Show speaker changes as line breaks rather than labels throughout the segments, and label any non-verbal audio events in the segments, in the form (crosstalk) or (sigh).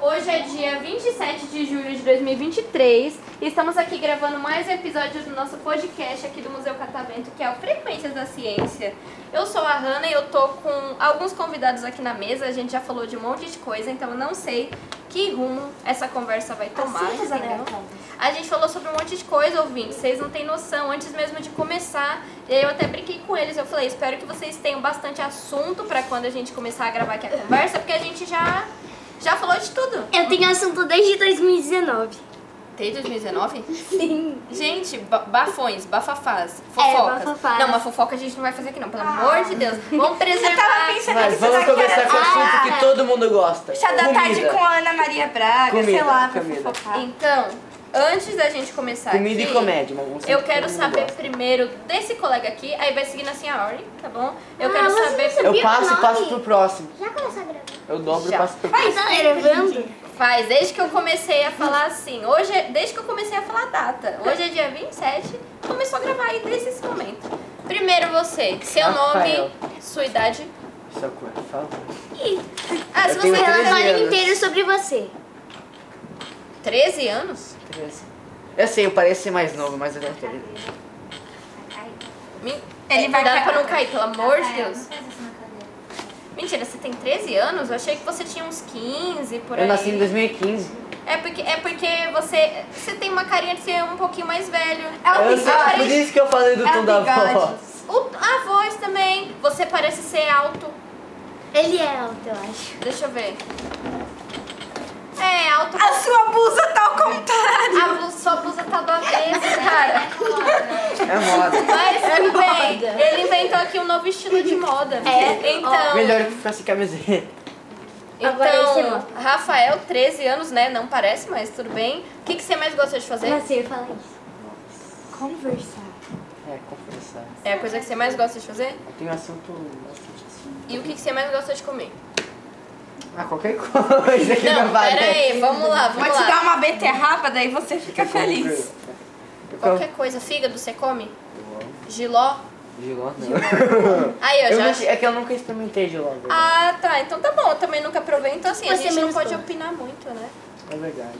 Hoje é dia 27 de julho de 2023 e estamos aqui gravando mais um episódio do nosso podcast aqui do Museu Catavento, que é o Frequências da Ciência. Eu sou a Hanna e eu tô com alguns convidados aqui na mesa, a gente já falou de um monte de coisa, então eu não sei que rumo essa conversa
Tá
vai tomar,
Assuntos
entendeu?
aleatórios.
A gente falou sobre um monte de coisa, ouvintes. Vocês não têm noção. Antes mesmo de começar, eu até brinquei com eles. Eu falei, espero que vocês tenham bastante assunto pra quando a gente começar a gravar aqui a conversa, porque a gente já, já falou de tudo.
Eu tenho assunto desde 2019.
Tem 2019?
Sim. É,
Gente, ba- bafões, bafafás, fofocas.
bafafás. Ah.
Não, uma fofoca a gente não vai fazer aqui não, pelo amor de Deus. Vamos
Eu tava
preservar.
pensando
Mas
nisso
vamos
daqui era
começar com o assunto que todo mundo gosta.
chá da tarde com a Ana Maria Braga, sei
Comida,
lá, pra
comida.
fofocar.
Então, antes da gente começar
Comida
aqui,
e comédia, mas vamos
Eu
sempre
quero
todo mundo
saber
gosta.
primeiro desse colega aqui, aí vai seguindo assim a ordem, tá bom? Eu
Ah,
quero
você
saber.
não sabia?
Eu passo
Nome?
e passo pro próximo.
Já começou a gravar?
Eu dobro
Já.
e passo pro próximo.
Mas tá gravando?
Faz, desde que eu comecei a falar assim, hoje, é- desde que eu comecei a falar a data, hoje é dia 27, começou a gravar aí desde esse momento. Primeiro você, seu
Rafael.
nome, sua idade.
Só cu- fala.
Ah, se
Eu
você
tenho
Foi a
treze
história
anos.
inteira sobre você.
13 anos?
Treze. Eu sei, eu pareço ser mais novo, mas eu não tenho.
Me-
Ele
é,
vai
cuidado
cair.
pra não cair, pelo amor de Deus. Mentira, você tem 13 anos? Eu achei que você tinha uns 15 por
Eu
aí.
nasci em 2015.
É porque, é porque você, você tem uma carinha de ser um pouquinho mais velho.
É o
Eu sei,
bigode.
por isso que eu falei do
É
tom
o
da
bigode.
voz.
O- a voz também. Você parece ser alto.
Ele é alto, eu acho.
Deixa eu ver. É, alto.
A sua blusa tá ao contrário.
A blu- sua blusa tá do avesso, cara.
É moda.
Mas tudo bem. Ele inventou aqui um novo estilo de moda.
É.
Então,
Melhor que ficar sem camiseta.
Agora esse é
então
bom.
Rafael, 13 anos, né? Não parece, mas tudo bem. O que, que você mais gosta de fazer?
Mas eu ia falar isso. Conversar.
É, confessar.
É a coisa que você mais gosta de fazer?
Eu tenho assunto. bastante assunto.
E o que, que você mais gosta de comer?
Ah, qualquer coisa que não,
Não,
vale.
pera aí, vamos lá,
Vou
vamos
te dar
lá.
uma beterraba, daí você fica
Eu compro-
feliz.
Eu compro.
Qualquer coisa, fígado você come?
Eu amo
Giló?
Giló, não.
Aí, ó,
Eu
já.
nunca- é que eu nunca experimentei giló, na verdade.
Ah, tá. Então tá bom. Eu também nunca provei. Então assim, a
Você
gente não
menos
pode
dor.
opinar muito, né?
É verdade.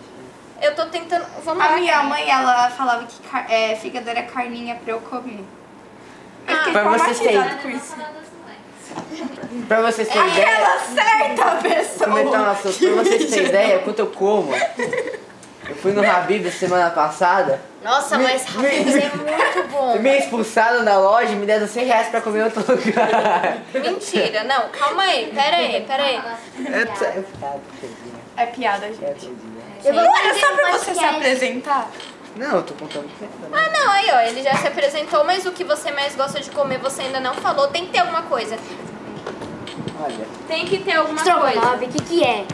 Eu tô tentando... Vamos
A
lá.
minha mãe, ela falava que car- é, fígado era carninha pra eu comer. Eu
Ah.
fiquei
Mas você
traumatizada
tem.
com isso.
Pra vocês terem ideia,
Aquela certa
vou comentar um
pessoa.
assunto. Pra vocês (laughs) terem ideia, quanto eu como. Eu fui no Habib semana passada,
Nossa, mas Habib's é muito bom.
(laughs) me expulsaram da loja e me deram 100 reais pra comer em outro (laughs) lugar.
Mentira. Não, calma aí. Pera aí, pera aí.
Eu tô- eu tava perdida,
É piada,
eu
gente.
perdida.
Eu vou
Não era
fazer
só
um
pra você se
podcast.
apresentar?
Não, eu tô contando piada, né?
Ah, não. Aí, ó. Ele já se apresentou, mas o que você mais gosta de comer você ainda não falou. Tem que ter alguma coisa.
Olha,
Tem que ter alguma coisa.
Estrogonofe, o que que é?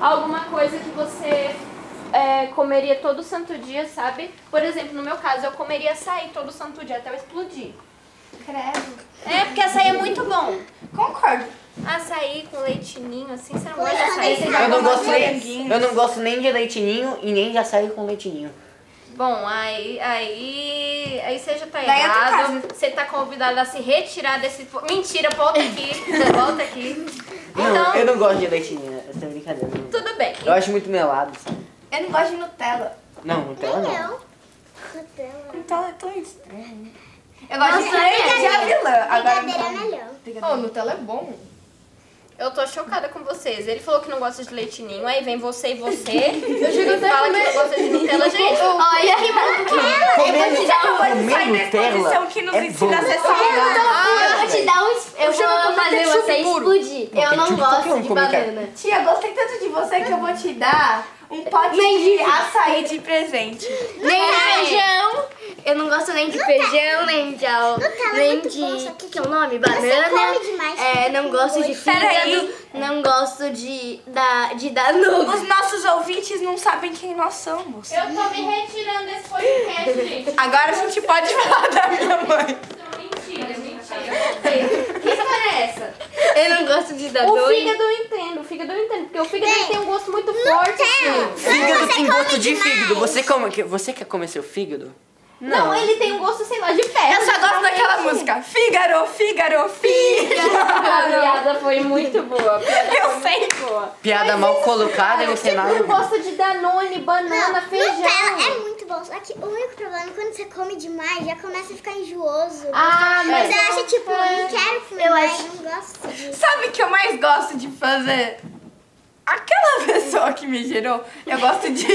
Alguma coisa que você... é, comeria todo santo dia, sabe? Por exemplo, no meu caso, eu comeria açaí todo santo dia até eu explodir.
Credo.
É, porque açaí é muito bom.
Tá Concordo.
Açaí com leitinho, assim, você não gosta de açaí? Você
eu
já
não
gosta?
gosto nem, eu não gosto nem de leitinho e nem de açaí com leitinho.
Bom, aí, aí, aí você já tá
Daí eu tô em
errado. Você tá convidado a se retirar desse... po- Mentira, volta aqui, (laughs) volta aqui.
Não, eu
Então,
não gosto de leitinho, essa é brincadeira. eu não gosto.
tudo bem.
Eu acho muito melado, sabe?
Eu não gosto de Nutella.
Não, Nutella não.
Nutella.
Nutella é tão estranho. Eu gosto de
Nossa,
leite de
brigadeiro.
avilã. Agora
Brigadeiro é
não.
melhor.
Oh, Nutella é bom. Eu tô chocada com vocês. Ele falou que não gosta de leitinho, aí vem você e você. (laughs) Eu chego e fala que não gosta de Nutella, gente. é
Olha, que
Comer
Eu vou
comer
sair dessa
Nutella
posição que nos
é
ensina a
bom.
ser saudável.
Ah,
eu vou te dar um... Eu vou fazer
ketchup
você
puro.
explodir. Eu não
ketchup qualquer um
gosto de
come, cara.
banana.
Tia, gostei tanto de você que eu vou te dar um pote de
Mendigo.
açaí de presente.
Nem
Ai.
feijão. Eu não gosto nem de feijão, nem
é
de al... nem de o que, que é o nome? Banana. É, não gosto de fígado,
Peraí.
não gosto de da de (laughs) danu.
Os nossos ouvintes não sabem quem nós somos.
Eu tô me retirando desse podcast, gente.
Agora a gente pode falar da minha mãe.
Mentira, mentira. eu não sei. Que história é essa?
Eu não gosto de danu.
O fígado eu entendo. O fígado eu entendo, porque o fígado
Bem,
ele tem um gosto muito
não
forte.
tem.
assim.
Você
Fígado tem
come
gosto de
demais.
fígado. Você, come, que- você quer comer seu fígado?
Não. ele tem um gosto, sei lá, de pedra.
Eu só gosto daquela
realmente.
música. Fígaro,
(laughs)
Fígaro,
A
Fígaro.
piada foi muito boa. a piada
Eu
foi
sei.
Muito boa.
Piada
Mas
mal
isso,
colocada,
cara,
é
não sei
tipo,
nada.
Eu gosto de danone,
Não,
banana, feijão.
Nutella é muito bom, só que o único problema é quando você come demais, já começa a ficar enjooso.
Ah, mas
Você acha, tipo, não quero comer, eu mais, não gosto disso.
Sabe o que eu mais gosto de fazer? Aquela (laughs) pessoa que me gerou, eu gosto de. (laughs)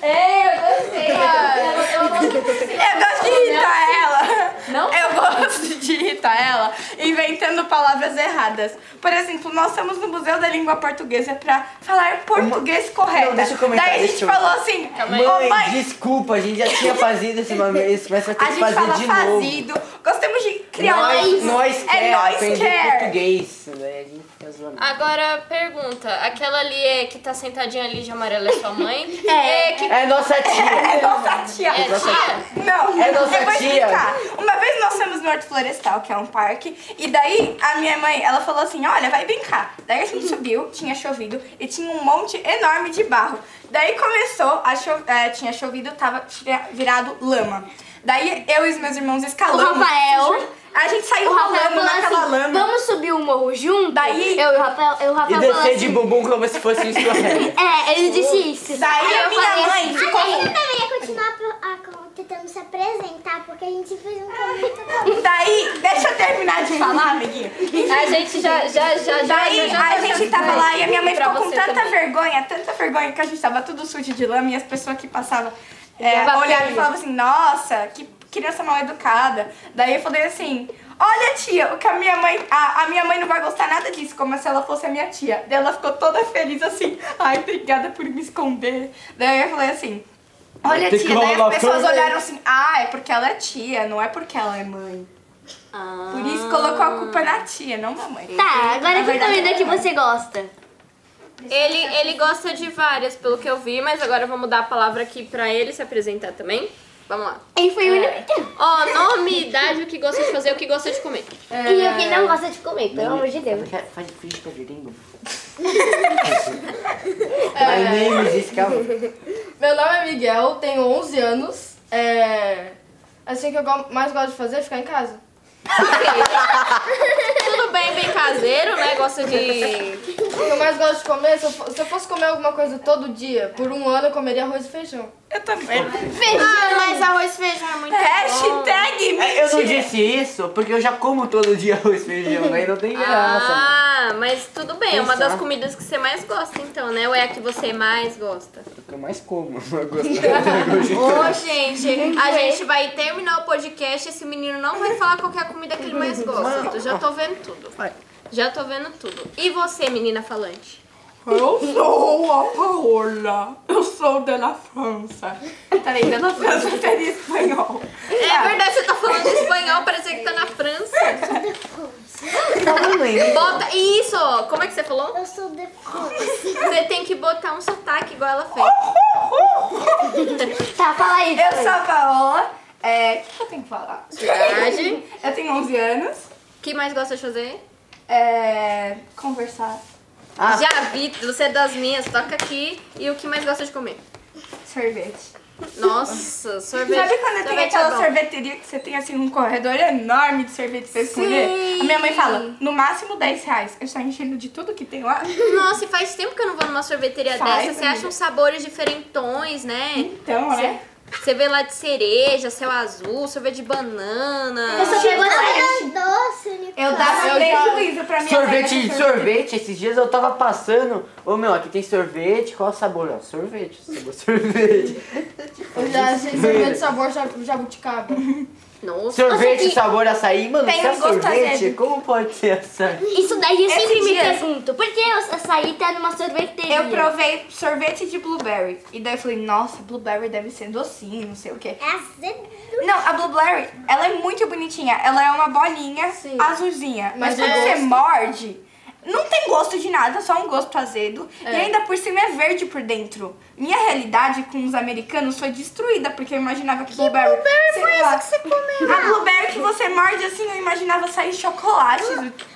Ei, eu gostei. Eu, eu não- é assim.
Eu gosto de irritar ela.
Não?
Eu gosto de irritar ela inventando palavras erradas. Por exemplo, nós estamos no Museu da Língua Portuguesa pra falar português correto.
Não, deixa eu comentar,
Daí a gente
deixa eu-
falou assim,
Mãe,
ô mãe,
desculpa, a gente já tinha fazido esse momento, mas vai ter
a
que
gente
fazer
fala
de novo.
fazido. Gostamos de criar
Nós,
um-
nós
É
quer,
nós
aprendi
quer.
português. Né? A gente fica zoando.
Agora, pergunta. Aquela ali é que tá sentadinha ali de amarela (laughs) é sua mãe?
É.
que
É nossa tia.
É nossa tia.
é tia?
Não,
É nossa
eu vou
tia.
explicar. Uma vez nós fomos no Horto Florestal, que é um parque, e daí a minha mãe, ela falou assim, olha, vai brincar. Daí a gente subiu, tinha chovido, e tinha um monte enorme de barro. Daí começou, a cho- eh, tinha chovido, tava tira- virado lama. Daí eu e os meus irmãos escalamos.
O Rafael-
A gente saiu
O Rafael
rolando
falou
naquela
assim,
lama.
vamos subir o morro junto?
Daí-
Eu e o Rafael, eu, o Rafael
E
falou
descer de
assim...
bumbum como se fosse
(laughs)
um escorrego.
É, ele disse isso.
Daí
Aí
a
eu
minha
falei
mãe
assim,
A gente
ficou...
não deveria continuar pro- a- com- tentando se apresentar, porque a gente fez um comentário.
Daí, deixa eu terminar de falar, amiguinho.
A gente já, já, já, já.
Daí
já, tá já-
a gente
já-
tava lá e a minha mãe
Pra
ficou com
você
tanta
também.
vergonha, tanta vergonha que a gente tava tudo sujo de lama e as pessoas que passavam é,
Dava
olhavam e
pena.
falavam assim, nossa, que criança mal educada. Daí eu falei assim, olha tia, o que a minha mãe. A, a minha mãe não vai gostar nada disso, como se ela fosse a minha tia. Daí ela ficou toda feliz assim, (laughs) ai, obrigada por me esconder. Daí eu falei assim.
Vai
Olha,
ter que
tia, daí
rolar
as pessoas
tudo.
olharam assim, ah, é porque ela é tia, não é porque ela é mãe. Por isso colocou a culpa na tia, não na mãe.
Tá, agora que
Na verdade,
comida que você gosta?
Ele, ele gosta de várias, pelo que eu vi, mas agora eu vou mudar a palavra aqui pra ele se apresentar também. Vamos lá.
Ele foi o único que...
Ó, nome, idade, o que gosta de fazer, o que gosta de comer.
E o que não gosta de comer, pelo amor de Deus.
Faz finge que tá virando. My name is Calma.
Meu nome é Miguel, tenho 11 anos. É... Assim que eu go- mais gosto de fazer é ficar em casa.
Tudo bem, bem caseiro, né? Gosta (laughs) de.
O que eu mais gosto de comer, se eu, fo- se eu fosse comer alguma coisa todo dia, por um ano eu comeria arroz e feijão.
Eu também. Ah, mas arroz e feijão é muito Hashtag
Eu não
mentira.
disse isso porque eu já como todo dia arroz e feijão, daí não tem graça.
Ah, mas tudo bem, é uma
Pensar.
das comidas que você mais gosta, então, né? Ou é a que você mais gosta?
Eu mais como. (laughs) Eu gosto.
Ô, gente, a gente vai terminar o podcast. Esse menino não vai falar qual que é a comida que ele mais gosta. Eu já tô vendo tudo.
Vai.
Já tô vendo tudo. E você, menina falante?
Eu sou a Paola. Eu sou de la França. Peraí, de la França seria espanhol.
É verdade, você tá falando espanhol, parecia que tá na França. Bota. Isso! Como é que você falou?
Eu sou depois.
Você tem que botar um sotaque igual ela fez.
Tá, fala aí.
Eu sou a Paola. É, o que que eu tenho que falar?
Verdade.
(laughs) Eu tenho 11 anos.
O que mais gosta de fazer?
É, conversar.
Ah.
Já vi, você é das minhas, toca aqui. E o que mais gosta de comer?
Sorvete.
Nossa, sorvete.
Sabe quando tem
sorvete é
aquela
bom.
sorveteria que você tem assim um corredor enorme de sorvete pra você escolher? A minha mãe fala, no máximo 10 reais. Eu estou enchendo de tudo que tem lá.
Nossa, e faz tempo que eu não vou numa sorveteria
Faz,
dessa. Você
amiga.
acha uns sabores diferentões, né?
Então, né?
Você vê lá de cereja, céu azul, sorvete de banana.
Eu só pego essa...
Era doce, unicórnio.
Eu dava
Eu já-
prejuízo pra minha
Sorvete,
mãe.
sorvete. Esses dias eu tava passando. Ô meu, aqui tem sorvete. Qual o sabor? Ó, sorvete. Sabor sorvete.
Eu já sei sorvete de sabor ja- jabuticaba.
Nossa.
Sorvete, sabor açaí. Mano,
Tem
se é
um gosto
sorvete,
azedo.
como pode ser açaí?
Isso daí eu
Esse
sempre me
dia-
pergunto. Por que o açaí tá numa sorveteria?
Eu provei sorvete de blueberry. E daí eu falei, nossa, blueberry deve ser docinho, não sei o quê.
É azedo.
Não, a blueberry, ela é muito bonitinha. Ela é uma bolinha azulzinha. Mas,
Mas
quando
é-
você morde, Não tem gosto de nada, só um gosto azedo. E ainda por cima é verde por dentro. Minha realidade com os americanos foi destruída, porque eu imaginava que, blueberry...
blueberry
sei
foi
lá,
essa que você comeu?
A blueberry que você morde, assim, eu imaginava sair chocolate.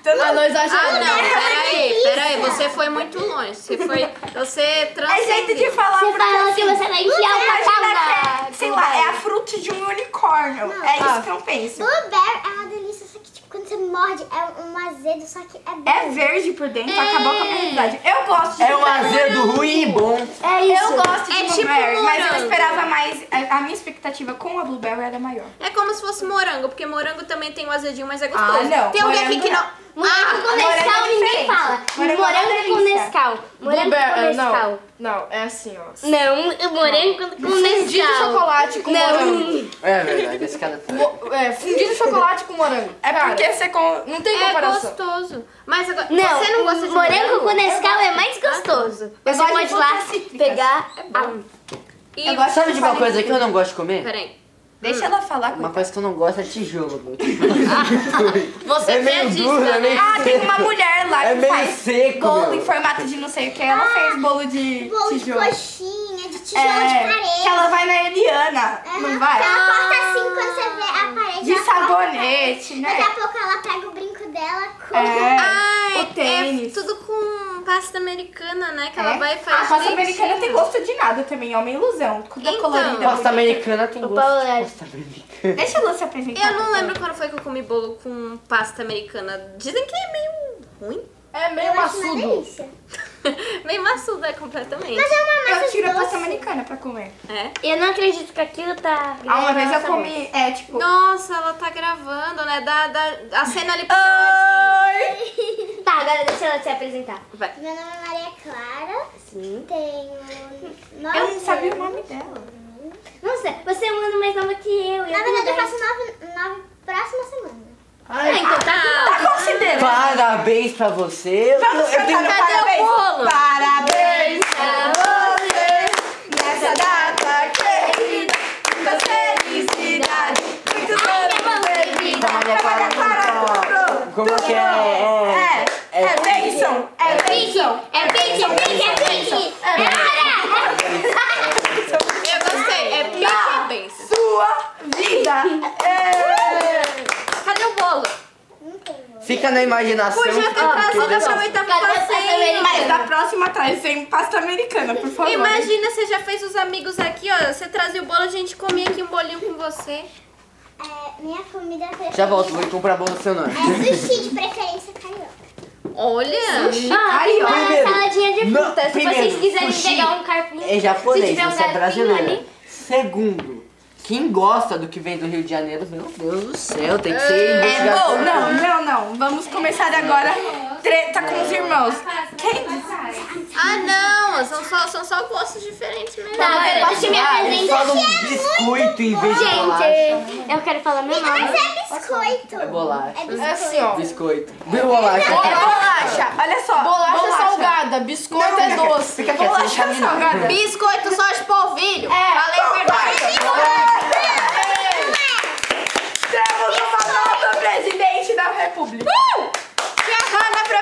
Tanto-
Ah, nós
Ah,
achamos.
não, peraí,
delícia.
peraí, você foi muito longe. Você foi. Você
É jeito de
transcendeu.
falar
Você
porque
falou que você vai enfiar o
imagina que
cacau
é, sei lá, é a fruta de um unicórnio. É isso que eu penso.
Blueberry é uma delícia, só que tipo, quando você morde, é um azedo, só que é bom.
É verde por dentro, acabou com a minha idade. Eu gosto de
É um azedo ruim e bom.
É
Eu gosto de
É tipo
blueberry, mas eu
morango.
esperava mais. A, a minha expectativa com a blueberry era maior.
É como se fosse morango, porque morango também tem um azedinho, mas é gostoso.
Ah, não,
Tem alguém aqui
morango
que não.
não.
Ah,
Morango com
morango é
Nescau ninguém
diferente.
fala.
Morango é uma
Morango com
delícia.
Nescau. Morango com
Blueberry.
É tipo
é,
Nescau.
Não, não, é assim, ó.
ah, Não, morango com
Fundido
Nescau.
chocolate com morango.
Não,
É verdade, esse cara tá.
Mo- É, fundido chocolate com morango.
É
Cara,
porque você com.
não tem
é
comparação.
gostoso. Mas agora.
não.
você não gosta de
morango com Nescau é mais gostoso.
Eu
Você
gosto de
pode ir lá
frutas cítricas.
pegar a-
E...
Eu gosto
Sabe de uma
farinha.
coisa que eu não gosto de comer?
Peraí.
Deixa ela falar com
Uma coisa que eu não gosto é tijolo. meu.
Você
é
que é
meio duro,
artista,
é meio
Ah, tem
seco.
uma mulher lá
É
que
meio
faz
seco,
bolo
meu.
em formato de não sei o que. Ela fez bolo de
Bolo de
tijolo.
coxinha, de tijolo de
É, que
parede.
ela vai na Eliana, não
Aham.
vai?
Ela corta assim quando você vê a parede.
De
ela corta.
sabonete, né?
Daqui a pouco ela pega o brinco dela, come.
Ah,
É.
Ai,
o tênis.
é tudo com pasta americana, né? Que ela
É.
vai e faz.
A pasta
direitinho.
americana tem gosto de nada também, é uma ilusão. Toda
Então.
colorida.
Pasta americana tem
O
gosto.
Paulo é-
Pasta americana.
Deixa a Lu se apresentar. então.
Eu não lembro quando foi que eu comi bolo com pasta americana. Dizem que é meio ruim. (laughs)
É meio
um
Eu acho uma
maçudo.
delícia.
meio maçuda completamente.
Mas é uma massa
Eu tiro a
doce.
pasta americana pra comer.
É.
Eu não acredito que aquilo tá...
Ah, uma vez eu
Nossa,
comi, é tipo...
Nossa, ela tá gravando, né? Da, da, a cena ali pro
Oi!
Tá, agora deixa ela se apresentar.
Vai.
Meu nome é Maria Clara,
Sim.
tenho nove
Eu não sabia o
anos.
nome dela.
Nossa, você é um ano mais nova que eu.
Na verdade, eu faço nove, nove próxima semana.
Ah, então tá
Ah,
Tá considerando.
Parabéns pra você. Eu,
Vamos cantar
eu tenho...
meu
Cadê o
parabéns?
bolo?
Parabéns a você nessa data querida. Muita felicidade. Muitos
Ah,
anos de
tá
vida.
Maria Clara,
Clara,
como que é?
É, é, é bênção. É bênção.
É pique, é pique, é pique! É hora!
Eu gostei. É pique e benção.
Sua vida. É.
Cadê o bolo?
Não tem bolo.
Fica na imaginação.
Podia ter
fica
trazido
porque-
pra
tá
aproveitar pro
Cadê a pasta
passeio.
americana?
Mas da próxima traz sem pasta americana, por favor.
Imagina, você já fez os amigos aqui, ó. Você trazia o bolo, a gente comia aqui um bolinho com você.
É, minha comida preferida
Já volto, vou comprar bolo no seu nome.
é sushi, de preferência carioca.
Olha!
Ah,
Aí,
tem
ó.
uma
Primeiro.
saladinha de
Não,
fruta. Se
primeiro,
vocês quiserem
sushi
pegar um carpinho,
É japonês,
se tiver um
você é
garfinho
brasileiro.
ali.
Segundo, quem gosta do que vem do Rio de Janeiro, meu Deus do céu, tem que ser
É
investigação.
bom, não, não, não. Vamos começar agora. Treta com os irmãos. Quem
Ah, não! São só, são só gostos diferentes mesmo.
Tá, peraí, deixa eu me
Eles
apresentar.
falam um biscoito em vez de bolacha.
Gente, eu quero falar meu
Mas
nome.
é biscoito.
É bolacha.
É
É assim,
biscoito.
ó.
Biscoito. Bolacha.
É bolacha. Olha só.
Bolacha, salgada, biscoito
Não,
é
fica-
doce.
Fica quieto, deixa
Bolacha
a menina.
salgada.
Biscoito só de polvilho. É. Falei a verdade.
Temos uma nova presidente da república. é
Ana pra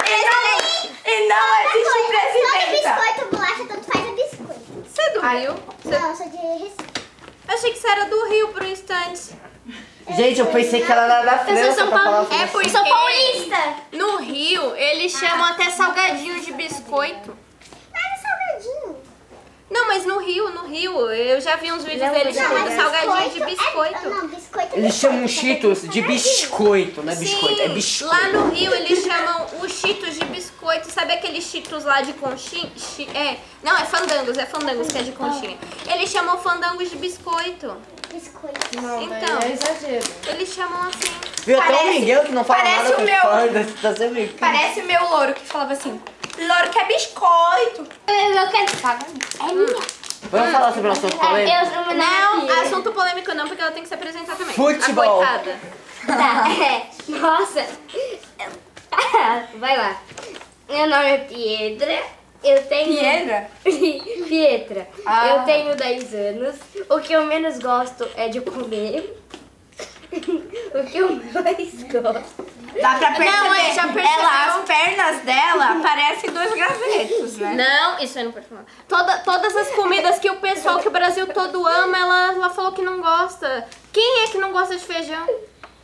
E não existe presidenta.
Tá então, Todo biscoito, bolacha, tanto faz é biscoito.
Você é do Rio?
Não, eu sou de Recife.
Eu achei que você era do Rio por um instante.
Gente, eu pensei que ela era da
Eu sou
França
São
pra falar
Paulo.
assim.
É porque-
Sou paulista.
No Rio, eles chamam até salgadinho de biscoito.
Nada é salgadinho.
Não, mas no Rio, no Rio, eu já vi uns vídeos
Não,
deles
não,
chamando
mas
salgadinho de
É,
biscoito.
não, biscoito é
Eles chamam um
biscoito, só que
Cheetos
tem
de
salgadinho.
biscoito, não é biscoito, é
Sim,
biscoito.
lá no Rio eles chamam os Cheetos de biscoito. Sabe aqueles Cheetos lá de conchinha? Chi- É, não, é fandangos, é fandangos que é de conchinha. Eles chamam fandangos de biscoito.
Biscoito.
Não,
Então.
então. é exagero.
Eles chamam assim.
Viu até o
Parece-
Miguel que não fala
parece
nada
o
com
meu.
cordas, tá sendo incrível.
Parece o meu louro que falava assim. Louro que é biscoito.
Eu quero...
Sabe?
É minha.
Vamos falar sobre o assunto polêmico?
Eu sou meu nome.
Não, é. assunto polêmico não, porque ela tem que se apresentar também.
Futebol.
A coitada.
Tá, (laughs) é. Nossa. (laughs) Vai lá. Meu nome é Pietra. Eu tenho...
Piedra.
(laughs) Pietra,
Ah.
eu tenho 10 anos. O que eu menos (laughs) gosto é de comer. o que eu mais gosto
Dá pra perceber.
Não, mãe, já percebeu.
Ela, as pernas dela parecem dois gravetos, né?
Não, isso aí não pode falar. Toda- todas as comidas que o pessoal, que o Brasil todo ama, ela, ela falou que não gosta. Quem é que não gosta de feijão?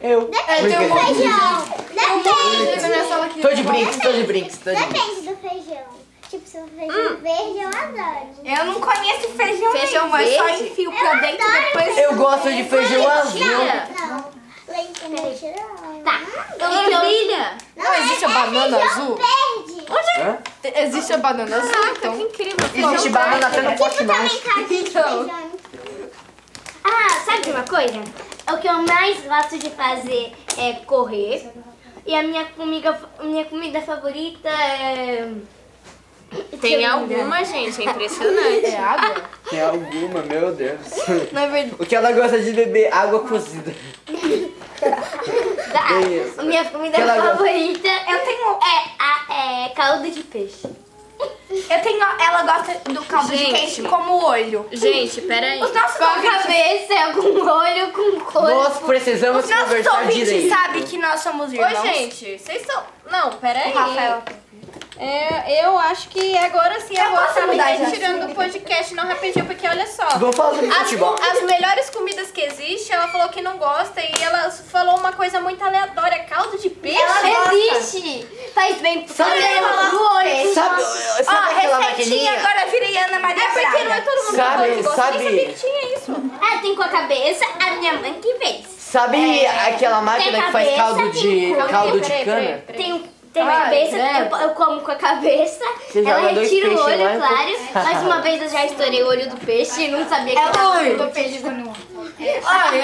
Eu.
tem
é
um monte
Feijão. Depende.
na minha sala aqui.
Tô de brinks, tô de brinks, tô de brinks.
Depende do feijão. Tipo, se o feijão verde, eu adoro.
Eu não conheço feijão,
Feijão
nenhum, eu só
verde?
enfio pra dentro e depois...
Eu gosto de feijão azul.
Mentira.
Não. Leite é não.
Tá.
Então,
Ervilha.
Não existe a banana azul?
é Verde.
Hã?
Te- Existe a banana
Ah, assim,
azul,
Caraca, que
tá
então.
incrível.
Existe banana até no
Tipo,
pote
também
mais.
caixa de
Então.
feijão.
Ah, sabe de uma coisa? O que eu mais gosto de fazer é correr. E a minha comida, minha comida favorita é.
Tem alguma, gente, é impressionante.
É água?
Tem alguma, meu Deus.
é
Na verdade.
O que ela gosta de beber? Água cozida. Bem
(laughs)
isso.
A minha comida
Que ela gosta.
favorita
Eu tenho...
é, a, é caldo de peixe.
Eu tenho... Ela gosta do caldo de
Gente.
peixe como olho.
Gente, peraí.
Os nossos
Com
ouvintes...
cabeça, com olho, com corpo.
Nós precisamos
Os nossos
conversar
ouvintes
direito.
sabem que nós somos
Oi,
irmãos.
gente, vocês são. Não, peraí.
Rafael.
É, eu acho que agora sim eu,
Eu
vou
posso
estar me
mudar de
retirando do podcast, não rapidinho, porque olha só.
Vamos falar sobre
As,
futebol.
as melhores comidas que existem, ela falou que não gosta e ela falou uma coisa muito aleatória, caldo de peixe. É,
Existe! Faz bem pro
Sabe-
cabelo, pro olho.
Sabe,
Ó,
sabe aquela
receitinha,
maquininha?
agora virei Ana Maria
É porque não é
Braga.
todo mundo
Sabe-
que gosta,
sabe-
nem sabia que tinha isso.
Ah, tem com a cabeça, a minha mãe que fez.
Sabe aquela máquina que faz
cabeça,
caldo de
tem cu.
caldo de
Peraí, peraí,
cana?
peraí. Ah, é.
Tem, um, tem
Ai,
a cabeça,
né?
eu, eu como com a cabeça,
Você
ela
joga dois
retira o
peixes
olho,
lá e
claro.
pô- (laughs)
Mas uma vez eu já estourei o olho do peixe e não
É
sabia que
ui.
do peixe quando
Ah,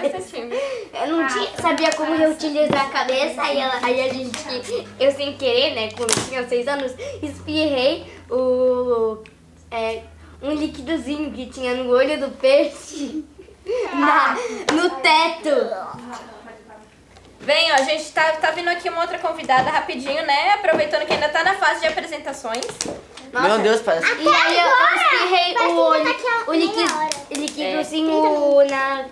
é.
Eu não tinha, sabia como reutilizar a cabeça, aí, ela, aí a gente, eu sem querer, né, quando eu tinha seis anos, espirrei o, é, um líquidozinho que tinha no olho do peixe, (laughs) na, no teto.
Vem, ó, gente, tá, tá vindo aqui uma outra convidada rapidinho, né? Aproveitando que ainda tá na fase de apresentações.
Meu Deus, parece.
E aí eu, eu espirrei
Parece
o
que
olho,
tá aqui há
o
meia
líquido,
hora.
É.
líquidozinho na,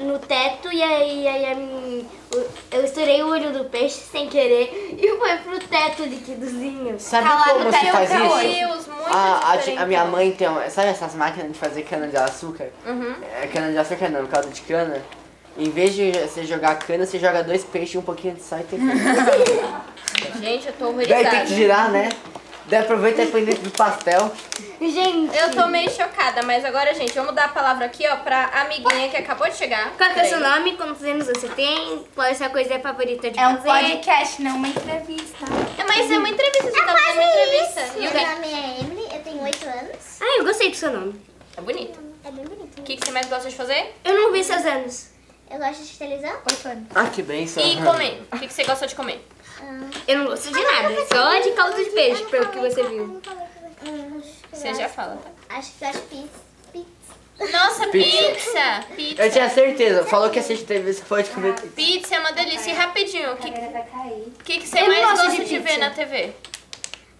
no teto, e aí, aí a mim- o- eu estourei o olho do peixe sem querer e foi pro teto o líquidozinho.
Sabe
Tá lá
como
no
se
teto
faz
até
isso?
hoje.
Deus, muito
A, a, ti-
diferente.
a minha mãe tem uma, Sabe essas máquinas de fazer cana de açúcar? É, cana de açúcar não, caldo de cana. Em vez de você jogar cana, você joga dois peixes e um pouquinho de sal e tem cana.
Gente, eu tô
Daí tem que
horrorizada.
girar, né? Daí aproveita e põe dentro do pastel.
Gente,
Eu tô meio chocada, mas agora, gente, vamos dar a palavra aqui, ó, pra amiguinha que acabou de chegar.
Qual que é o seu
Peraí.
nome? Quantos anos você tem? Qual é a sua coisa favorita de
É um
fazer?
podcast, não uma entrevista.
É, Mas é uma entrevista, você tá
Quase
fazendo uma entrevista.
isso.
E o
Meu
que-
nome é Emily, eu tenho 8 anos.
Ah, eu gostei do seu nome.
É bonito.
É bem bonito.
O que, que você mais gosta de fazer?
Eu não vi seus anos.
Eu gosto de televisão. 8 anos.
Ah, que benção.
E comer. O que, que você gosta de comer?
Ah.
Eu Ah, não gosto de nada. Só de caldo de peixe, pelo que você viu.
Você já fala, tá?
Acho que eu acho pizza. pizza.
Nossa, pizza!
Pizza.
Pizza,
Eu tinha certeza, falou que assiste TV, você pode comer.
Pizza é uma delícia. E rapidinho, o que, o que, que você
Eu não
mais
gosto
gosta de,
de
ver
pizza.
na TV?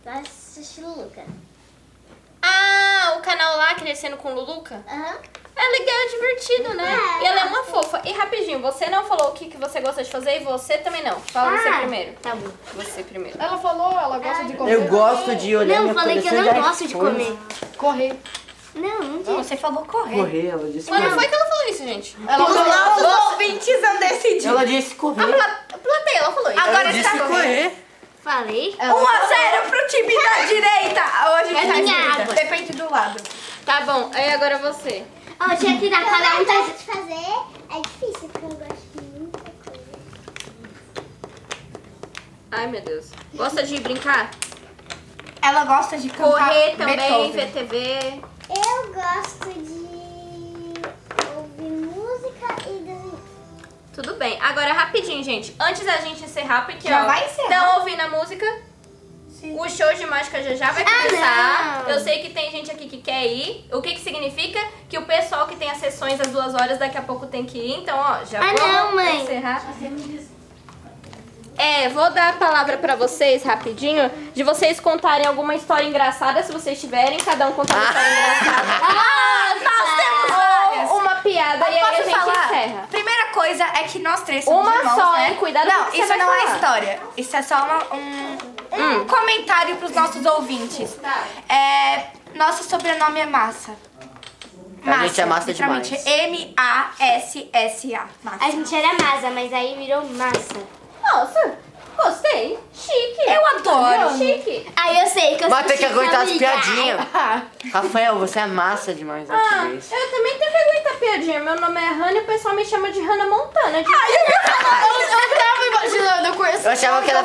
Eu assisti Luca.
Ah, o canal lá, Crescendo com Luluca?
Aham.
É legal, é divertido, né?
É,
e ela é uma fofa. E rapidinho, você não falou o que, que você gosta de fazer e você também não. Fala você primeiro.
Tá bom.
Você primeiro.
Ela falou, ela gosta de comer.
Eu gosto de olhar
Não,
minha
falei que eu
coleção
não
de
gosto de
iPhones.
comer.
Correr.
Não, não disse.
Você falou correr.
Correr, ela disse
Quando
correr.
foi que ela falou isso, gente?
Ela
Os
falou.
nossos ouvintes vão decidir.
Ela disse correr.
Pla- Plateia, ela falou isso.
Agora
Ela
está
tá
disse correr.
Falei.
1 a 0 pro time da direita. Hoje
É
tá
minha
escrita.
água.
Depende do lado.
Tá bom, aí agora você.
Ó, tinha que dar cada
Cada
um
um
tá...
gosto de fazer é difícil, porque eu gosto de muita coisa.
Ai, meu Deus. Gosta de brincar?
Ela gosta de cantar
Correr também,
Beethoven.
ver TV.
Eu gosto de ouvir música e desenhar.
Tudo bem. Agora, rapidinho, gente. Antes da gente encerrar, porque
Já
ó,
vai encerrar?
tão ouvindo a música. O show de mágica já já vai começar. Eu sei que tem gente aqui que quer ir. O que que significa? Que o pessoal que tem as sessões às duas horas daqui a pouco tem que ir. Então, ó, já
Ah,
vou
não, mãe.
encerrar. É, vou dar a palavra pra vocês rapidinho, de vocês contarem alguma história engraçada, se vocês tiverem, cada um contar uma história engraçada. Ah, nós temos uma piada e aí a gente encerra.
Primeira coisa, coisa é que nós três somos
Uma
irmãos,
só,
né?
hein? Cuidado com o
Não,
que você
isso
vai
não
falar. Hum.
é história. Isso é só uma- um, um comentário pros nossos ouvintes. É, nosso sobrenome é Massa.
A gente é massa
literalmente.
demais.
M-A-S-S-A. Massa.
A gente era massa, mas aí virou massa.
Nossa, gostei. Chique.
Eu adoro.
Chique.
Aí eu sei que eu tipo
Vai ter que
senti
aguentar as
família.
piadinhas. Rafael, você é massa demais
Ah,
outra vez.
eu também tenho que aguentar piadinha. Meu nome é Hannah e o pessoal me chama de Hannah Montana. De...
Eu tava imaginando com esse
Eu achava que ela
Ah,
é,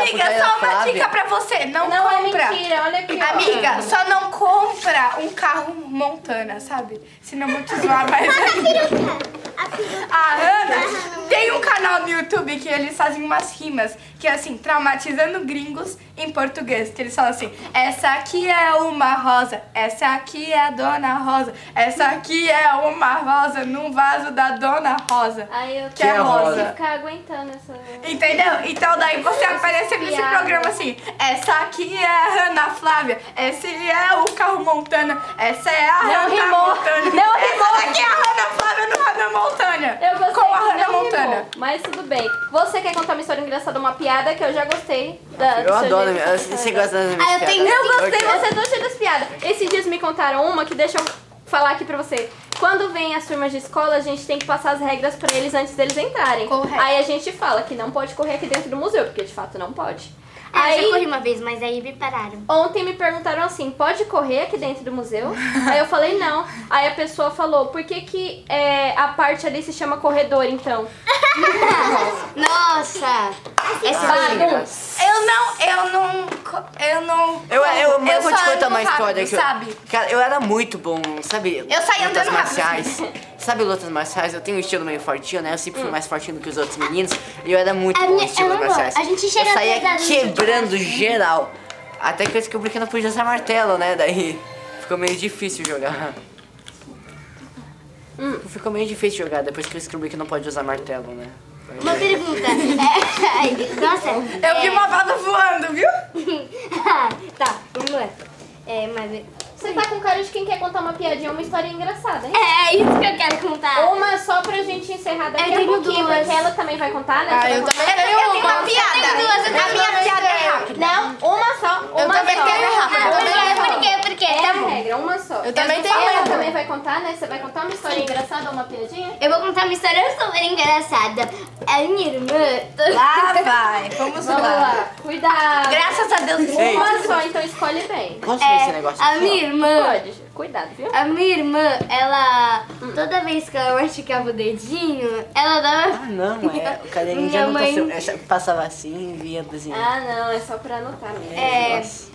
amiga, só uma
Flávia.
dica pra você. Não,
não é
compra.
mentira, olha aqui. ó.
Amiga, só não compra um carro Montana, sabe? Senão eu vou te zoar (laughs) mais ainda.
A peruca.
A Ana tem um canal no YouTube que eles fazem umas rimas, que é assim, traumatizando gringos em português. Que eles falam assim, essa aqui é uma rosa, essa aqui é a dona rosa, essa aqui é uma rosa num vaso da dona rosa.
Aí eu
Que é rosa.
tenho que ficar aguentando essa...
Entendeu? Então daí você aparece nesse
Piada.
programa assim, essa aqui é a Ana Flávia, esse é o carro Montana, essa é a
Não
Hannah
rimou.
Montana.
Não rimou.
essa aqui é a Ana Flávia no Hannah Montana.
Eu gostei
com a
que
Hannah
não
Montana.
rimou, mas tudo bem. Você quer contar uma história engraçada, uma piada que eu já gostei da, do
Eu
seu
adoro.
jeito de
eu-
contar.
Você gosta das minhas
Ah, eu tenho-
Eu
piadas?
gostei,
Ok.
você é do cheio das piadas. Esses dias me contaram uma que deixa eu falar aqui pra você. Quando vem as turmas de escola, a gente tem que passar as regras pra eles antes deles entrarem.
Correto.
Aí a gente fala que não pode correr aqui dentro do museu, porque de fato não pode.
É, Eu já
Aí
corri uma vez, mas aí me pararam.
ontem me perguntaram assim, pode correr aqui dentro do (laughs) museu? Aí eu falei não. Aí a pessoa falou, por que que é, a parte ali se chama corredor então?
Nossa! Essa
Ah,
Bagunça.
Eu não, eu não, co- eu não.
Eu, eu, eu, vou te
só ando
contar uma história
rápido,
que eu,
sabe?
Cara, eu era muito bom, sabe?
Eu saí
lutas
andando
(laughs)
rápido.
marciais. Sabe lutas marciais? Eu tenho um estilo meio fortinho, né? Eu sempre fui mais fortinho do que os outros meninos. E eu era muito
Hum. A
bom
minha-
em estilos
eu não-
marciais.
a gente chega
eu saía
atrasado no dia de
quebrando geral. Até que eu descobri que eu não podia usar martelo, né? Daí (laughs) ficou meio difícil jogar.
Hum.
Ficou meio difícil jogar depois que eu descobri que não pode usar martelo, né?
Uma pergunta. É, ai, nossa. (laughs)
Eu vi uma bala voando, viu?
tá, vamos lá. É, mas...
Você tá com cara de quem quer contar uma piadinha, uma história engraçada, hein?
É isso que eu quero contar.
Uma só pra gente encerrar daqui
Eu
a
tenho
pouquinho,
duas.
porque ela também vai contar, né? Você
Ah,
vai
eu
contar?
também tenho
Tem uma
uma.
piada. A minha piada é rápida.
Não, uma só. Uma
também
só.
quero errar,
Ah,
Uma
eu também
só.
Por quê? Por quê? Por quê?
É
Tá
a
bom.
regra, uma só.
Eu também tenho
Ela
uma.
também vai contar, né? Você vai contar uma história engraçada ou uma piadinha?
Eu vou contar uma história super engraçada. A minha irmã...
Lá vai, vamos,
Vamos
lá.
lá, cuidado.
Graças a Deus.
Ei.
Uma só, então escolhe bem.
Posso ver esse
É,
negócio
a
aqui, ó?
minha irmã...
Pode, cuidado, viu?
A minha irmã, ela. Toda vez que ela machucava o dedinho, ela dava.
Ah, não, é.
(laughs)
O caderninho
Minha
já não
mãe-
passou. essa- Passava assim e via desenhando.
Ah, não, é só pra anotar mesmo.
É.
Nossa.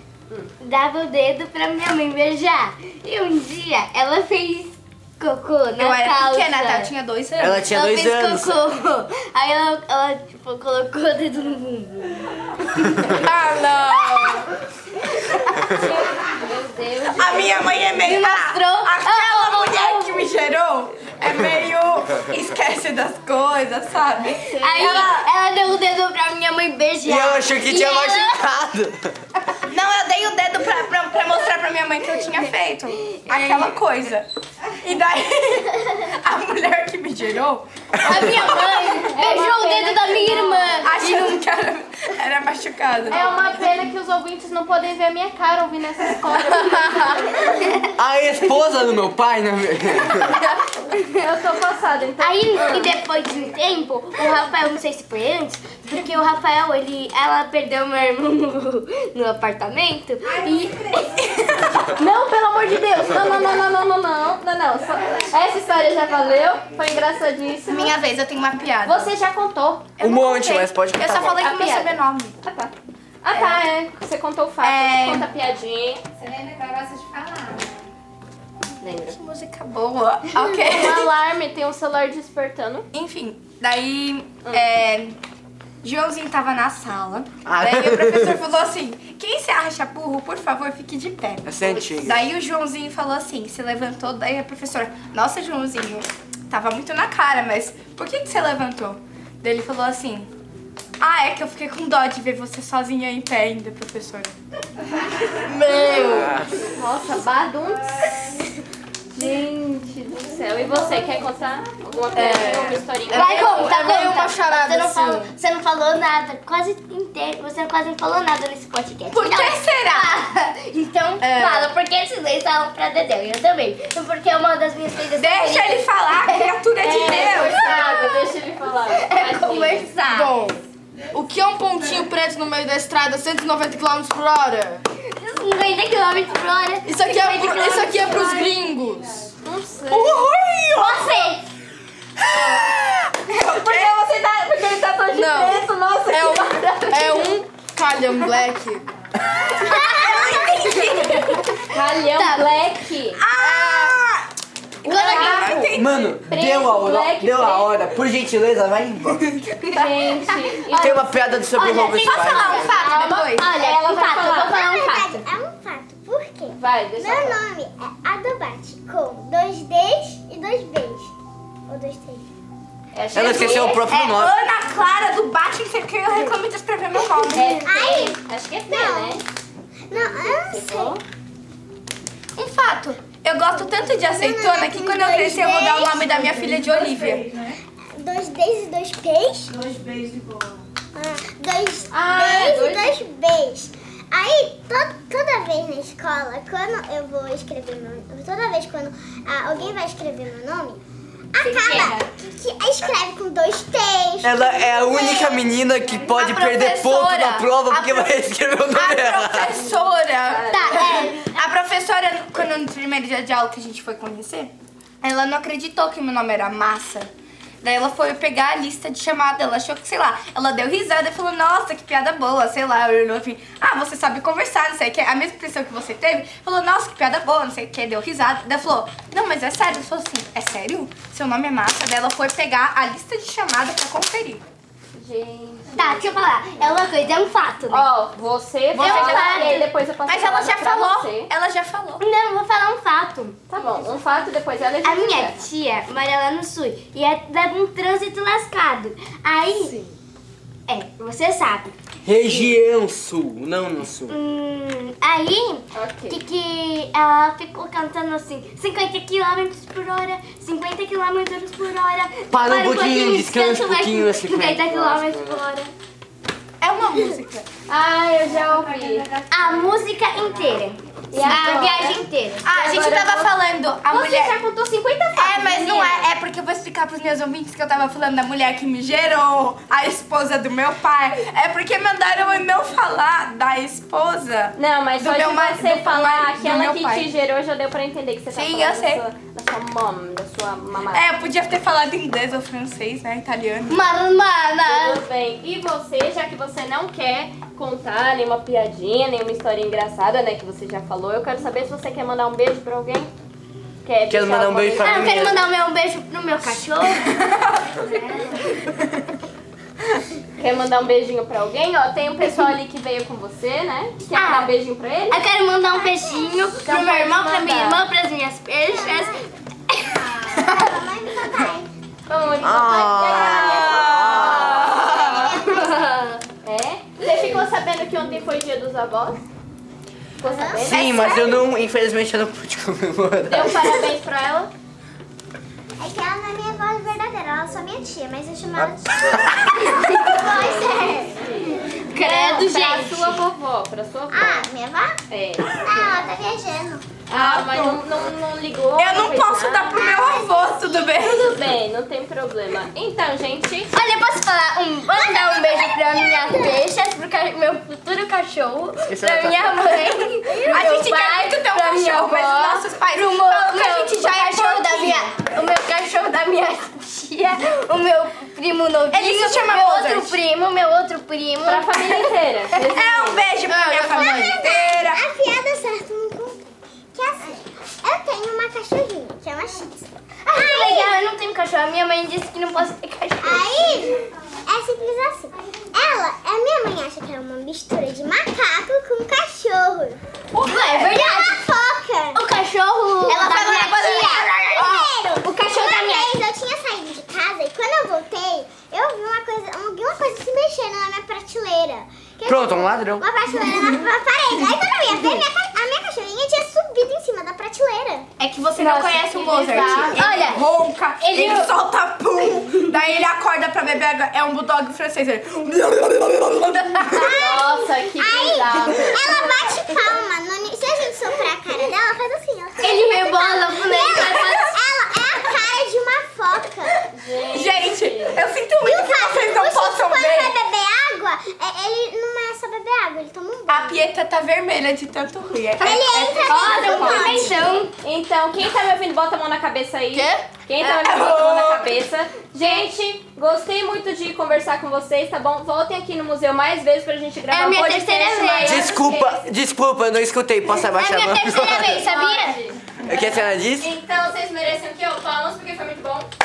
Dava o dedo pra minha mãe beijar. E um dia ela fez cocô na
Eu era
calça.
pequena, tá? Eu tinha dois anos.
Ela tinha
ela
dois
fez
anos.
cocô. Aí ela, ela, tipo, colocou o dedo no bumbum.
Ah,
Meu Deus.
não. A minha mãe é meio...
mostrou.
Ah, aquela mulher que me gerou é meio... Esquece das coisas, sabe?
Aí ela... deu o dedo pra minha mãe beijar.
E eu achei que tinha
ela-
machucado.
Não, eu dei o dedo pra, pra, pra mostrar pra minha mãe que eu tinha feito aquela coisa. E daí, (laughs) a mulher que me gerou,
A minha
(laughs)
mãe beijou o dedo da minha irmã.
achando que era, era machucada.
É uma pena que os ouvintes não podem ver a minha cara ouvindo essa história.
(laughs)
(laughs)
A esposa do meu pai, né?
Eu tô passada, então.
Aí,
Ah.
e depois de um tempo, o Rafael, não sei se foi antes, porque o Rafael, ele, ela perdeu meu irmão no, no apartamento. E
Não, pelo amor de Deus. Não, não, não, não, não, não, não. Não, não. Só- Essa história já valeu. Foi engraçadíssima.
Minha vez, eu tenho uma piada.
Você já contou.
Um monte, mas pode
Eu
contar.
só falei
A
com meu
piada.
sobrenome.
Ah, tá. Ah, tá, é. Você contou o fato.
É.
Conta a piadinha. Lembra?
Que música boa. Ok.
(laughs)
Um alarme, tem um celular despertando.
Enfim, daí é, Joãozinho tava na sala.
Ah.
Daí o professor falou assim: quem se acha burro, por favor, fique de pé.
Essa é antiga.
Daí o Joãozinho falou assim, se levantou, daí a professora, nossa Joãozinho, tava muito na cara, mas por que, que você levantou? Daí ele falou assim, ah, é que eu fiquei com dó de ver você sozinha em pé ainda, professora.
Meu.
Nossa, bagunça. Gente do céu. E você, quer contar alguma coisa, alguma historinha?
Vai conta,
é meio
conta.
uma charada,
você, não
assim.
falou, você não falou nada, quase inteiro. Você quase não falou nada nesse podcast.
Por
Então,
que será?
(laughs)
fala. Então
É.
fala, porque esses dois falam pra Dedéu e eu também. Porque é uma das minhas coisas
Deixa ele falar, criatura de
É,
Deus.
Coitada, é, deixa ele falar.
É
Tadinho.
conversar.
Bom, o que é um pontinho preto no meio da estrada, 190 km por hora?
50 km por hora.
Isso aqui é,
50
pro, isso aqui é
km
pros
por hora.
gringos.
Não sei.
(laughs)
Você!
Porque você tá.
Porque ele tá todo de
Não.
preto, nossa,
É
que
um, é um Calham Black.
Calhão Black.
Ah!
Agora
Eu entendi.
Mano, deu a hora,
Black,
deu a
preto.
hora. Por gentileza, vai embora.
Gente,
Tem uma piada do sobre Robert
quem vai
Spice.
um fato depois. Olha,
Ela
um
vai
fato,
falar.
eu vou falar um fato.
verdade, é um fato. Por quê?
vai, deixa
Meu
eu
nome é Adobate, com dois Ds e dois Bs. Ou dois Ts.
É
Ela esqueceu o próprio
É
nome.
Ana Clara do Batman, que eu recomendo escrever meu nome.
Aí,
Acho que é T,
Não.
né?
não, eu não sei.
Um fato. Eu gosto tanto de azeitona que quando eu crescer eu vou dar o nome da minha filha de Olivia.
Dois Ds e dois Ps? Dois Bs de bola. dois
Ah,
Ds e dois Bs. Aí, to- toda vez na escola, quando eu vou escrever meu nome, toda vez quando ah, alguém vai escrever meu nome, acaba que, que escreve com dois T's.
Ela é a única menina que pode perder ponto na
professora.
prova
A
porque vai escrever o
A
nome dela.
professora.
Tá, é.
A professora, quando no primeiro dia de aula que a gente foi conhecer, ela não acreditou que meu nome era Massa. Daí ela foi pegar a lista de chamada, ela achou que, sei lá, ela deu risada e falou, nossa, que piada boa, sei lá, ela olhou assim, ah, você sabe conversar, não sei o que. A mesma impressão que você teve, falou, nossa, que piada boa, não sei o que, deu risada. Daí falou, não, mas é sério. Ela falou assim, é sério? Seu nome é Massa? Daí ela foi pegar a lista de chamada pra conferir.
Gente.
Tá, deixa eu falar. É uma coisa, é um fato, né?
Ó, você, você
já
falei,
falei.
depois eu passo
Mas
a
ela
palavra
já
pra
falou,
você.
ela já falou.
Não, eu vou falar um fato.
Tá bom, um fato, depois ela
A
já
minha
fica.
tia mora lá no sul e é, leva um trânsito lascado. Aí. É, você sabe.
Região Sul, não no Sul.
Hum, aí.
Ok.
Que, que ela ficou cantando assim: 50 km por hora, 50 km por hora.
Para um pouquinho, descansa um
mais
pouquinho, é
50
50
km por hora.
É uma música.
Ah, eu já ouvi.
A música inteira. E a
agora?
viagem inteira.
Ah, a gente tava falando, a
Você
mulher...
já contou 50 fatos.
É, mas não
menina.
é. É porque eu vou explicar pros meus ouvintes que eu tava falando da mulher que me gerou, a esposa do meu pai. É porque mandaram eu não falar da esposa.
Não, mas
Do
só
meu
de
mari-
você
do
falar
mari- do
aquela
meu
que
pai.
te gerou, já deu pra entender que você tá
Sim,
falando
eu sei.
Da, sua, da sua mom, da sua mamãe.
É, eu podia ter falado inglês ou francês, né? Italiano.
Mano, mano.
Tudo bem. E você, já que você não quer contar nenhuma piadinha, nenhuma história engraçada, né, que você já falou, eu quero saber se você quer mandar um beijo pra alguém. Quer deixar
Quero mandar um
alguma
beijo pra-
Ah, eu quero mandar o meu- um beijo pro meu cachorro.
Quer mandar um beijinho pra alguém? Ó, tem um pessoal ali que veio com você, né? Quer
Ah.
mandar um beijinho pra ele?
Eu quero mandar um beijinho pro meu
pode
irmão, pra minha
mandar.
irmã, pras minhas peixes.
Mamãe me papai.
Vamos,
Ah.
É? Você ficou sabendo que ontem foi dia dos avós? Ficou sabendo?
Sim, mas eu não, infelizmente eu não pude comemorar.
Deu um parabéns pra ela?
É que ela não é minha voz verdadeira, ela é só minha tia, mas eu chamo ela de tia.
Credo,
pra
gente.
sua vovó, pra sua avó.
ah, minha avó?
É.
Ah, ela tá viajando.
Ah, mas não, não, não ligou.
Eu não
fez
posso
nada.
dar pro meu avô, tudo bem?
Tudo bem, não tem problema. Então, gente,
Olha, eu posso falar um, mandar um beijo pra minhas peixes, pro ca- meu futuro cachorro,
Esqueceu
pra
da
minha mãe,
(laughs)
A
meu
gente
pai,
quer muito ter um
pra minha
cachorro, mas
avó,
nossos pais
pro meu,
falam que a
meu
gente já é
cachorro da
porquinho.
minha, o meu cachorro da minha tia, o meu primo novinho,
Ele se chama
meu
Mozart.
outro primo, meu outro primo.
pra família inteira.
É um beijo
Ah,
pra minha família inteira.
A piada certa eu não contei. Que é assim, eu tenho uma cachorrinha, que é uma shih tzu.
Ai, que
Aí-
Tá legal, eu não tenho cachorro. A minha mãe disse que não posso ter cachorro.
Aí, é simples assim. Ela, a minha mãe acha que é uma mistura de macaco com cachorro.
Ué, é
E
verdade.
uma foca.
O cachorro
Ela
da
falou
minha
agora-
tia. Ó, o cachorro da
Uma
minha
vez eu tinha saído de casa e quando eu voltei, eu vi uma coisa, alguma coisa se mexendo na minha prateleira. Que é assim, eu-
Pronto, um ladrão.
Uma prateleira na na parede. Aí quando eu ia ver, minha, ca- a minha cachorrinha tinha subido em cima da prateleira.
É
É que você não
Nossa,
conhece o
que
Mozart.
bizarro.
Ele
Olha,
ronca, ele,
ele- é
solta pum, daí ele acorda pra beber água. É um bulldog francês.
(laughs)
Ele...
Nossa, que pesado.
Ela bate palma. no ni- se a gente soprar a cara dela, ela faz assim. Ela, faz-
Ele rebola pro meio.
ela é a cara de uma foca.
Gente, eu sinto muito que vocês não possam
Quando vai
ver.
beber água, é- ele não é só beber água, ele toma um banho.
A Pieta tá vermelha de tanto rir. É-
Ele entra
Ó, deu
dentro do pote.
pimentação. Então, quem tá me ouvindo, bota a mão na cabeça aí.
Quê?
Quem tá me ouvindo, bota a mão
Ah.
na cabeça. Gente, gostei muito de conversar com vocês, tá bom? Voltem aqui no museu mais vezes pra gente gravar
É a minha
podcast
terceira vez.
maior do que
Desculpa, desculpa, eu não escutei. Posso
É a
abaixar a
minha
mão? (laughs)
terceira vez,
esse.
sabia?
Pode.
O que a senhora disse?
Então, vocês merecem o quê? O palmas, porque foi muito bom.
Tá